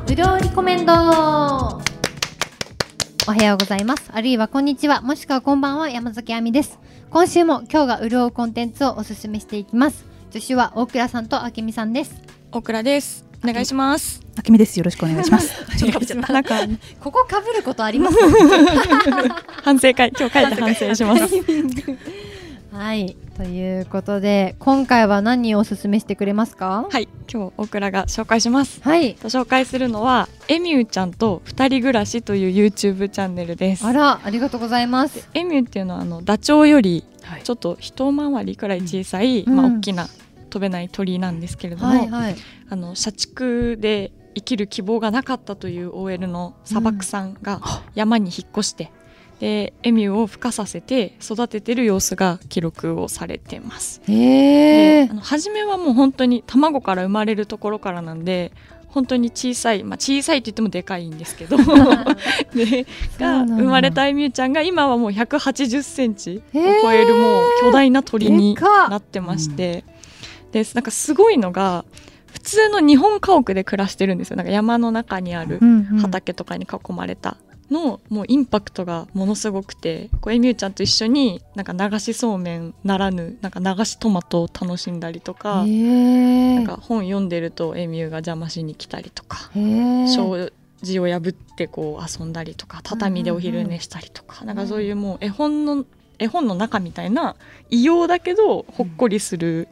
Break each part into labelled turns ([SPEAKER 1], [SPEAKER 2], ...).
[SPEAKER 1] ンドおはようございますあるいはこんにちはもしくはこんばんは山崎亜美です今週も今日が潤うコンテンツをおすすめしていきます助手は大倉さんとあけみさんです
[SPEAKER 2] 大倉です。お願いします。
[SPEAKER 3] あきみです。よろしくお願い します。ちょっと
[SPEAKER 2] お願いします
[SPEAKER 3] なんか
[SPEAKER 1] ここかぶることあります
[SPEAKER 2] 反省会、今日帰って反省します。
[SPEAKER 1] はいということで今回は何をおすすめしてくれますか
[SPEAKER 2] はい、今日大倉が紹介します。
[SPEAKER 1] はい
[SPEAKER 2] 紹介するのは、エミューちゃんと二人暮らしという YouTube チャンネルです
[SPEAKER 1] あ。らありがとうございます
[SPEAKER 2] エミューっていうのはあのダチョウより
[SPEAKER 3] はい
[SPEAKER 2] ちょっと一回りくらい小さい、
[SPEAKER 1] うん
[SPEAKER 2] まあ
[SPEAKER 1] うん
[SPEAKER 2] 大きな飛べない鳥なんですけれども、
[SPEAKER 1] はいはい
[SPEAKER 2] あの社畜で生きる希望がなかったという OL の砂漠さんが山に引っ越して、でエミューを孵化させて育ててる様子が記録をされてます。
[SPEAKER 1] へ
[SPEAKER 2] で
[SPEAKER 1] え
[SPEAKER 2] あの初めはもう本当に卵から生まれるところからなんで本当に小さい、まあ、小さいと言ってもでかいんですけ どでが生まれたエミューちゃんが今はもう1 8 0センチを超えるもう巨大な鳥に
[SPEAKER 1] でかっ
[SPEAKER 2] なってまして、でなんかすごいのが普通の日本家屋で暮らしてるんですよなんか山の中にある畑とかに囲まれた。のもうインパクトがものすごくてこうエミューちゃんと一緒になんか流しそうめんならぬなんか流しトマトを楽しんだりとか,、
[SPEAKER 1] へ
[SPEAKER 2] なん
[SPEAKER 1] え
[SPEAKER 2] か本読んでるとエミューが邪魔しに来たりとか、
[SPEAKER 1] へえ
[SPEAKER 2] 障子を破ってこう遊んだりとか畳でお昼寝したりとか、
[SPEAKER 1] んうん
[SPEAKER 2] なんかそういうもう絵本の絵本の中みたいな異様だけどほっこりする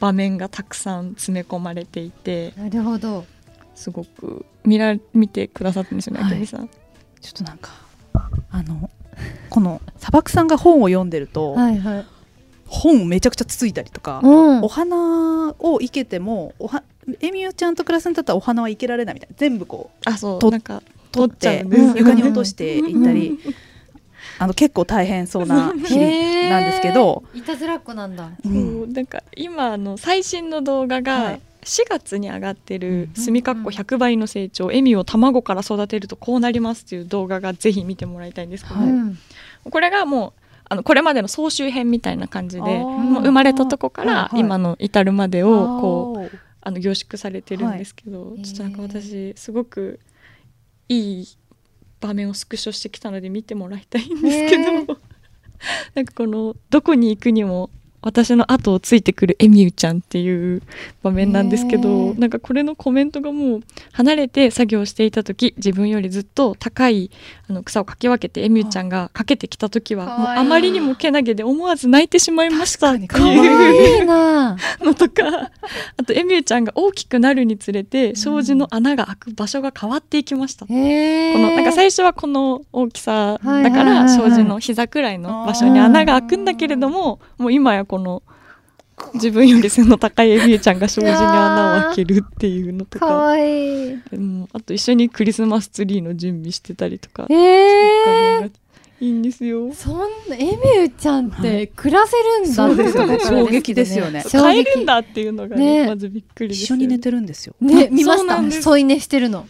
[SPEAKER 2] 場面がたくさん詰め込まれていて
[SPEAKER 1] なるほど
[SPEAKER 2] すごく見ら見てくださってるんですよね、
[SPEAKER 3] はい
[SPEAKER 2] あけみさん。
[SPEAKER 3] ちょっとなんかあのこの砂漠さんが本を読んでると、
[SPEAKER 1] はいはい
[SPEAKER 3] 本をめちゃくちゃつついたりとか、
[SPEAKER 1] うん
[SPEAKER 3] お花を生けてもおはエミューちゃんと暮らすんだったらお花は生けられないみたいな全部こう
[SPEAKER 2] あそう
[SPEAKER 3] と
[SPEAKER 2] なんか
[SPEAKER 3] 取っ
[SPEAKER 2] ちゃ
[SPEAKER 3] て
[SPEAKER 2] うんですよ
[SPEAKER 3] 床に落としていったり、あの結構大変そうな日々なんですけど、
[SPEAKER 1] いたずらっ子なんだ
[SPEAKER 3] う
[SPEAKER 2] そ
[SPEAKER 3] ん
[SPEAKER 2] うなんか今あの最新の動画
[SPEAKER 3] は
[SPEAKER 2] が
[SPEAKER 3] い
[SPEAKER 2] 4月に上がってる「
[SPEAKER 3] うん
[SPEAKER 2] すみかっこ100倍の成長エミを卵から育てるとこうなります」っていう動画がぜひ見てもらいたいんですけど、
[SPEAKER 3] はい
[SPEAKER 1] うん
[SPEAKER 2] これがもうあのこれまでの総集編みたいな感じで
[SPEAKER 3] あー
[SPEAKER 2] もう生まれたとこか
[SPEAKER 3] は
[SPEAKER 2] ら
[SPEAKER 3] いはい
[SPEAKER 2] 今の至るまでをこう
[SPEAKER 3] あー
[SPEAKER 2] あの凝縮されてるんですけど、
[SPEAKER 1] はい
[SPEAKER 2] ちょっとなんか
[SPEAKER 1] へ
[SPEAKER 2] 私すごくいい場面をスクショしてきたので見てもらいたいんですけど、
[SPEAKER 1] へ
[SPEAKER 2] なんかこのどこに行くにも私の後をついてくるエミューちゃんっていう場面なんですけ
[SPEAKER 1] へ
[SPEAKER 2] ど
[SPEAKER 1] ー
[SPEAKER 2] なんかこれのコメントがもう離れて作業していた時自分よりずっと高いあの草をかき分けてエミューちゃんがかけてきた時は
[SPEAKER 1] か
[SPEAKER 2] もう
[SPEAKER 1] わいい
[SPEAKER 2] あまりにもけなげで思わず泣いてしまいましたって
[SPEAKER 3] 確かに
[SPEAKER 2] いう
[SPEAKER 3] かわいい
[SPEAKER 1] いいな
[SPEAKER 2] のとかあとエミューちゃんが大きくなるにつれて障子の穴が開く場所が変わっていきました、
[SPEAKER 1] へえ
[SPEAKER 2] このなんか最初はこの大きさだか
[SPEAKER 1] はいはいはいは
[SPEAKER 2] ら
[SPEAKER 1] い
[SPEAKER 2] 障子の膝くらいの場所に穴が開くんだけれどももう今やこの自分より背の高いエミューちゃんが障子に穴を開けるっていうのと
[SPEAKER 1] か
[SPEAKER 2] か
[SPEAKER 1] わいい
[SPEAKER 2] うんあと一緒にクリスマスツリーの準備してたりとか
[SPEAKER 1] へえ
[SPEAKER 2] いいんですよ。
[SPEAKER 1] そんなエミューちゃんって暮らせるんだって
[SPEAKER 3] そうですよね
[SPEAKER 1] ところ
[SPEAKER 3] 衝
[SPEAKER 1] 衝
[SPEAKER 2] 変え
[SPEAKER 1] 撃
[SPEAKER 2] るんだっていうのがね
[SPEAKER 1] ね
[SPEAKER 2] まずびっくりです
[SPEAKER 3] 一
[SPEAKER 2] よ
[SPEAKER 3] 緒に寝てるんですよ。
[SPEAKER 1] ね見ま
[SPEAKER 2] そう
[SPEAKER 1] し
[SPEAKER 2] なん
[SPEAKER 1] た
[SPEAKER 2] です
[SPEAKER 1] 添い寝してるの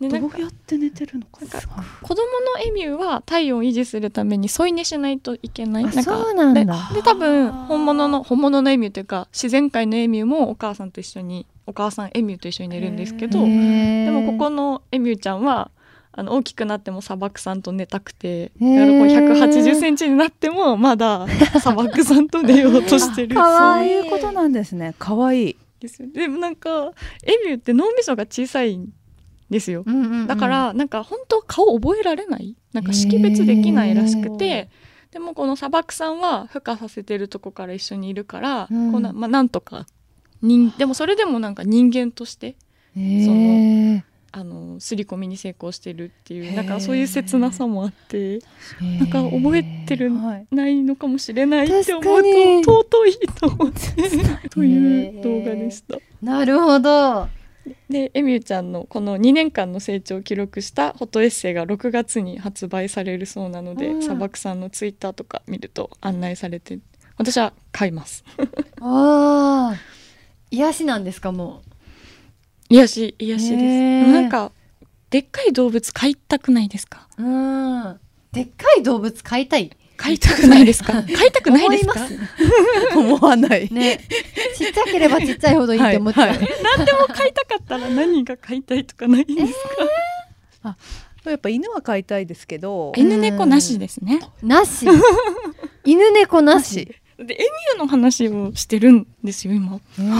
[SPEAKER 2] で
[SPEAKER 3] ど
[SPEAKER 2] なん
[SPEAKER 3] う
[SPEAKER 2] か
[SPEAKER 3] やって寝てるのかな。
[SPEAKER 2] 子供のエミューは体温を維持するために添い寝しないといけない
[SPEAKER 1] あ
[SPEAKER 2] なんか
[SPEAKER 1] そうなんだ
[SPEAKER 2] でで多分本物の本物のエミューというか自然界のエミューもお母さんと一緒にお母さんエミューと一緒に寝るんですけど
[SPEAKER 1] へ
[SPEAKER 2] で
[SPEAKER 1] え
[SPEAKER 2] もここのエミューちゃんはあの大きくなっても砂漠さんと寝たくて
[SPEAKER 1] へー
[SPEAKER 2] だからこう180センチになってもま だ砂漠さんと寝ようとしてる
[SPEAKER 1] あかわ
[SPEAKER 3] そういうことなんですね。可愛いい。
[SPEAKER 2] ですよでもなんかエミューって脳みそが小さいんですよ。
[SPEAKER 1] うんうんうん
[SPEAKER 2] だからなんか本当顔覚えられないなんか識別できないらしくて、でもこの砂漠さんは孵化させてるとこから一緒にいるから、
[SPEAKER 1] うん
[SPEAKER 2] こうなまあ、なんとか人でもそれでもなんか人間として
[SPEAKER 1] へ
[SPEAKER 2] そ
[SPEAKER 1] え
[SPEAKER 2] あの刷り込みに成功してるってい
[SPEAKER 3] へ
[SPEAKER 2] う
[SPEAKER 3] ー
[SPEAKER 2] なんかそういう切なさもあってなんか覚えてる
[SPEAKER 3] はい。
[SPEAKER 2] ないのかもしれないって思
[SPEAKER 1] 確かに
[SPEAKER 2] うと尊いと 思ってという動画でした。
[SPEAKER 1] なるほど
[SPEAKER 2] でエミューちゃんのこの2年間の成長を記録したフォトエッセイが6月に発売されるそうなので、
[SPEAKER 1] うん
[SPEAKER 2] 砂漠さんのツイッターとか見ると案内されて私は買います
[SPEAKER 1] ああ癒しなんですかも
[SPEAKER 2] 癒し癒しです、
[SPEAKER 1] ねえ
[SPEAKER 2] でもなんかでっかい動物飼いたくないですか
[SPEAKER 1] ううんでっかい動物飼いたい
[SPEAKER 2] 飼いたくないです か飼いたくないですか
[SPEAKER 1] 思います
[SPEAKER 3] 思わない。
[SPEAKER 1] ね、ちっちゃければちっちゃいほどいいって思っちゃう。
[SPEAKER 3] はいはい
[SPEAKER 2] 何でも飼いたかったら何が飼いたいとかないんですか、
[SPEAKER 3] やっぱ犬は飼いたいですけど
[SPEAKER 1] え
[SPEAKER 2] 犬猫なしですね。
[SPEAKER 1] な し犬猫なし
[SPEAKER 2] でエミューの話をしてるんですよ今。
[SPEAKER 1] えー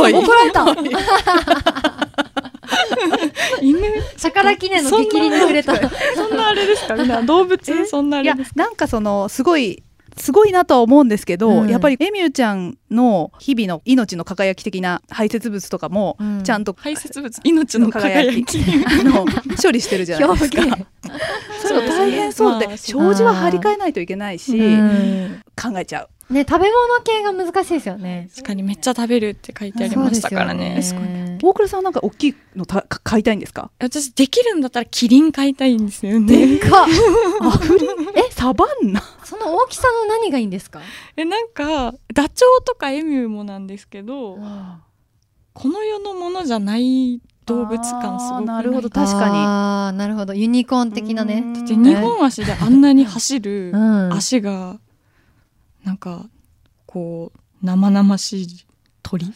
[SPEAKER 3] はい
[SPEAKER 1] 怒られた
[SPEAKER 2] 犬
[SPEAKER 1] 宝記念の激励に触れた
[SPEAKER 2] そ んなあれですかみんな動
[SPEAKER 3] え
[SPEAKER 2] 物そんなあ
[SPEAKER 3] い
[SPEAKER 2] れ
[SPEAKER 3] や
[SPEAKER 2] ですか。
[SPEAKER 3] なんかそのすごいすごいなとは思うんですけど、
[SPEAKER 1] うん
[SPEAKER 3] やっぱりエミューちゃんの日々の命の輝き的な排泄物とかも
[SPEAKER 1] うん
[SPEAKER 3] ちゃんと、
[SPEAKER 2] 排泄物命の輝き。
[SPEAKER 3] あの処理してるじ ゃないですか。
[SPEAKER 1] 表
[SPEAKER 3] そういうの大変そうで、
[SPEAKER 2] まあ
[SPEAKER 3] 障子は張り替えないといけないし、
[SPEAKER 1] うん
[SPEAKER 3] 考えちゃう。
[SPEAKER 1] ね食べ物系が難しいですよね
[SPEAKER 2] 確かにめっちゃ食べるって書いてありましたからね。
[SPEAKER 1] そう
[SPEAKER 2] す
[SPEAKER 1] ですよ
[SPEAKER 2] ごい
[SPEAKER 1] ね
[SPEAKER 3] 大倉さんなんか大きいのたか買いたいんですか？
[SPEAKER 2] 私できるんだったらキリン飼いたいんですよね。
[SPEAKER 1] か
[SPEAKER 3] アフリえサバンナ？
[SPEAKER 1] その大きさの何がいいんですか
[SPEAKER 2] えなんかダチョウとかエミューもなんですけど、この世のものじゃない動物感すご
[SPEAKER 3] あー
[SPEAKER 2] くない
[SPEAKER 3] なるほど確かに
[SPEAKER 1] ああなるほどユニコーン的なね
[SPEAKER 3] うん
[SPEAKER 2] で二本足であんなに走る
[SPEAKER 1] うん
[SPEAKER 2] 足がなんかこう生々しい鳥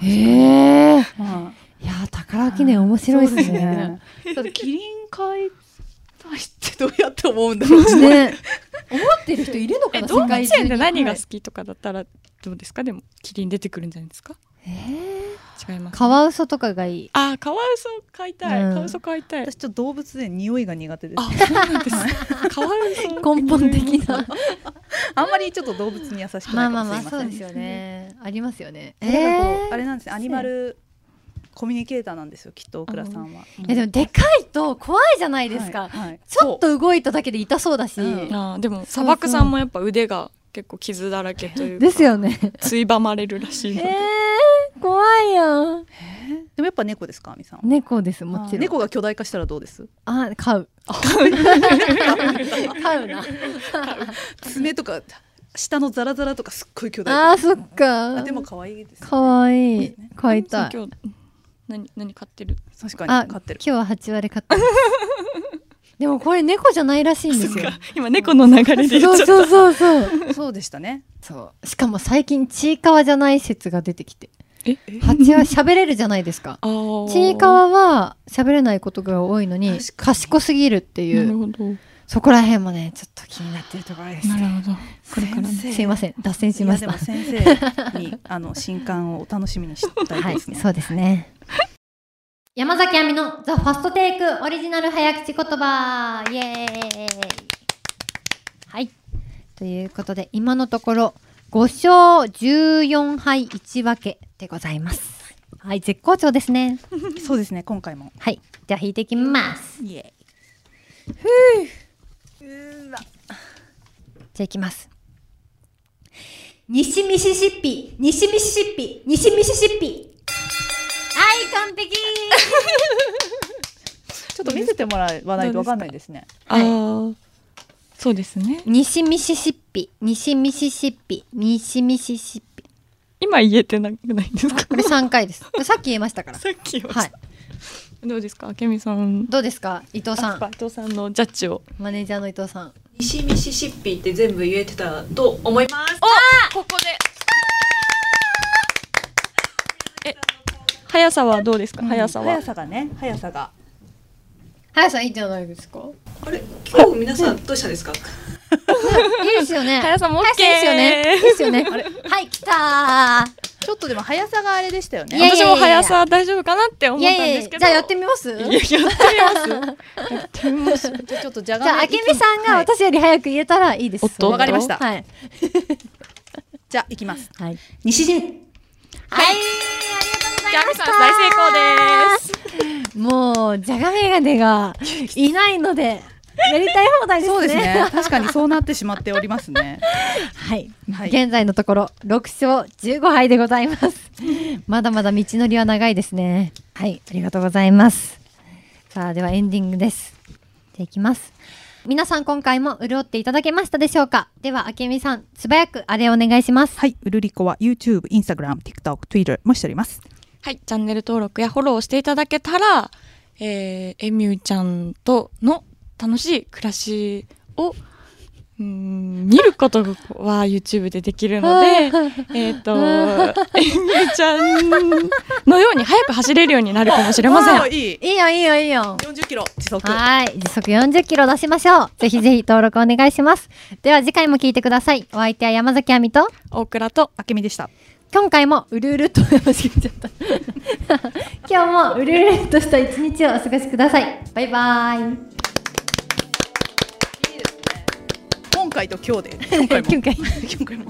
[SPEAKER 1] へえ
[SPEAKER 3] まあ
[SPEAKER 1] いやー宝記念面白いですね。
[SPEAKER 3] だってキリン買いたいってどうやって思うんだろう。
[SPEAKER 1] ね思ってる人いるのか
[SPEAKER 2] え
[SPEAKER 1] な
[SPEAKER 2] 動
[SPEAKER 1] 世
[SPEAKER 2] 物
[SPEAKER 1] 界中
[SPEAKER 2] 園
[SPEAKER 1] に
[SPEAKER 2] で何が好きとかだったらどうですかでもキリン出てくるんじゃないですか
[SPEAKER 1] えー
[SPEAKER 2] 違います
[SPEAKER 1] カワウソとかがいい。
[SPEAKER 2] あーカワウソ飼いたい、
[SPEAKER 1] うん
[SPEAKER 2] カワウソ飼いたい
[SPEAKER 3] 私ちょっと動物園匂いが苦手です。
[SPEAKER 2] あそうなんです カワウソ
[SPEAKER 1] 根本的な。
[SPEAKER 3] あんまりちょっと動物に優しくないかもしれ
[SPEAKER 1] まあ
[SPEAKER 3] ま
[SPEAKER 1] まあま
[SPEAKER 3] せ
[SPEAKER 1] あ
[SPEAKER 3] ん。
[SPEAKER 1] そうですよね。ありますよね。え
[SPEAKER 3] だからこうあ
[SPEAKER 1] ー
[SPEAKER 3] れなんですねアニマルコミュニケーターなんですよきっと大倉さんは。
[SPEAKER 1] えで
[SPEAKER 3] も
[SPEAKER 1] もでかいと怖いじゃないですか。
[SPEAKER 3] はいはい
[SPEAKER 1] ちょっと動いただけで痛そうだし。
[SPEAKER 3] うん
[SPEAKER 2] あーでも砂漠さんもやっぱ腕が結構傷だらけというか
[SPEAKER 1] ですよね。
[SPEAKER 2] ついばまれるらし
[SPEAKER 1] え
[SPEAKER 2] いので、
[SPEAKER 1] ー怖いやん。
[SPEAKER 3] でもやっぱ猫ですか亜美さんは。
[SPEAKER 1] 猫ですもちろん。
[SPEAKER 3] 猫が巨大化したらどうです
[SPEAKER 1] あ飼う。 飼うな。
[SPEAKER 3] 爪とか下のザラザラとかすっごい巨大
[SPEAKER 1] あーそっか。
[SPEAKER 3] あでも可愛いですね
[SPEAKER 1] 可愛い飼いたい。
[SPEAKER 2] 今日何何飼ってる
[SPEAKER 3] 確かに飼ってる
[SPEAKER 1] 今日は八割買ってます でもこれ猫じゃないらしいんですよ
[SPEAKER 2] 今猫の流れで言
[SPEAKER 1] そ
[SPEAKER 2] っ
[SPEAKER 1] う
[SPEAKER 2] ちゃった
[SPEAKER 1] そうそうそう
[SPEAKER 3] そうでしたね
[SPEAKER 1] そうしかも最近ちいかわじゃない説が出てきて
[SPEAKER 2] え
[SPEAKER 1] 蜂は喋れるじゃないですか
[SPEAKER 2] あー
[SPEAKER 1] ちいかわは喋れないことが多いのに
[SPEAKER 3] 確かに
[SPEAKER 1] 賢すぎるって
[SPEAKER 2] ないる
[SPEAKER 1] う
[SPEAKER 2] ほど
[SPEAKER 1] そこら辺もねちょっと気になってるところです
[SPEAKER 2] なるほどこれからね
[SPEAKER 3] 先生
[SPEAKER 1] すいません脱線し
[SPEAKER 3] いや
[SPEAKER 1] まし
[SPEAKER 3] で
[SPEAKER 1] た
[SPEAKER 3] も先生にあの新刊をお楽しみにした
[SPEAKER 1] はいい
[SPEAKER 3] ですね
[SPEAKER 1] そうですね 山崎亜美の「ザ・ファストテイクオリジナル早口言葉イエーイはいということで今のところ5勝14敗1分けでございますはい絶好調ですね
[SPEAKER 3] そうですね今回も
[SPEAKER 1] はいじゃあ引いていきます
[SPEAKER 3] イエーイ
[SPEAKER 1] じゃあいきます西ミシシッピ西ミシシッピ西ミシシッピはい完璧
[SPEAKER 3] ちょっと見せてもらわないとわかんないですね
[SPEAKER 2] あーそうですね
[SPEAKER 1] 西ミシシッピ西ミシシッピ西ミシシッピ
[SPEAKER 2] 今言えてなくないですか
[SPEAKER 1] これ3回 です。これさっき言いましたから。
[SPEAKER 2] さっきは、
[SPEAKER 1] はい。
[SPEAKER 2] どうですかあけみさん
[SPEAKER 1] どうですか伊藤さ
[SPEAKER 2] バ
[SPEAKER 1] ん。
[SPEAKER 2] イトさんのジャッジを
[SPEAKER 1] マネージャーの伊藤さん。
[SPEAKER 4] 西ミシシッピって全部言えてたと思います。
[SPEAKER 2] ここでえ速さはどうですか、速さ
[SPEAKER 3] うん
[SPEAKER 2] は
[SPEAKER 3] 速さがね速さが
[SPEAKER 1] はやさんいいんじゃないですか
[SPEAKER 4] あれ今日皆さんどうしたんですか？
[SPEAKER 1] いいですよね。
[SPEAKER 2] 速さも OK
[SPEAKER 1] はやさんいいですよね。いいですよね。はい、来た
[SPEAKER 3] ちょっとでも速さがあれでしたよ
[SPEAKER 1] いや
[SPEAKER 3] ね
[SPEAKER 2] 私も速さ大丈夫かなって思
[SPEAKER 1] ー。
[SPEAKER 2] っ
[SPEAKER 1] い
[SPEAKER 2] たん
[SPEAKER 1] やい
[SPEAKER 2] で
[SPEAKER 1] や
[SPEAKER 2] すけど
[SPEAKER 1] じゃあやってみますじ
[SPEAKER 2] いややってみますやってみます
[SPEAKER 3] じゃあちょっとじゃが
[SPEAKER 1] ゃあ、あけみさんが
[SPEAKER 3] はい
[SPEAKER 1] 私より早く言えたらいいです。
[SPEAKER 2] おっと
[SPEAKER 3] わかりました
[SPEAKER 1] はい。
[SPEAKER 3] じゃあ行きます
[SPEAKER 1] はい。
[SPEAKER 3] 西陣
[SPEAKER 1] はい。
[SPEAKER 2] じゃああみさん大成功です
[SPEAKER 1] もう、じゃがメガネがい ないので、やりたい放題ですね。
[SPEAKER 3] そうですね。確かにそうなってしまっておりますね。
[SPEAKER 1] はい、
[SPEAKER 3] はい
[SPEAKER 1] 現在のところ6勝15敗でございますまだまだ道のりは長いですねはいありがとうございますさあではエンディングですじゃあいきます皆さん今回も潤っていただけましたでしょうかではあけみさん素早くあれお願いします
[SPEAKER 3] はい、ウルリコは YouTube、Instagram、TikTok、Twitter もしております。
[SPEAKER 2] はい、チャンネル登録やフォローしていただけたら、えー、エミューちゃんとの楽しい暮らしをうん見ることは YouTube でできるので、えっと、えみちゃんのように早く走れるようになるかもしれません。
[SPEAKER 3] あーいい
[SPEAKER 1] いいよいいよいいよ
[SPEAKER 3] 40キロ時速
[SPEAKER 1] はい時速40キロ出しましょうぜひぜひ登録お願いしますでは次回も聞いてくださいお相手は山崎亜美と
[SPEAKER 2] 大倉と
[SPEAKER 3] あけみでした
[SPEAKER 1] 今回もうるうるっと間違えちゃった 今日もうるうるっとした一日をお過ごしくださいバイバイ
[SPEAKER 3] 今回と今日で今回も
[SPEAKER 1] 今回
[SPEAKER 3] 今回も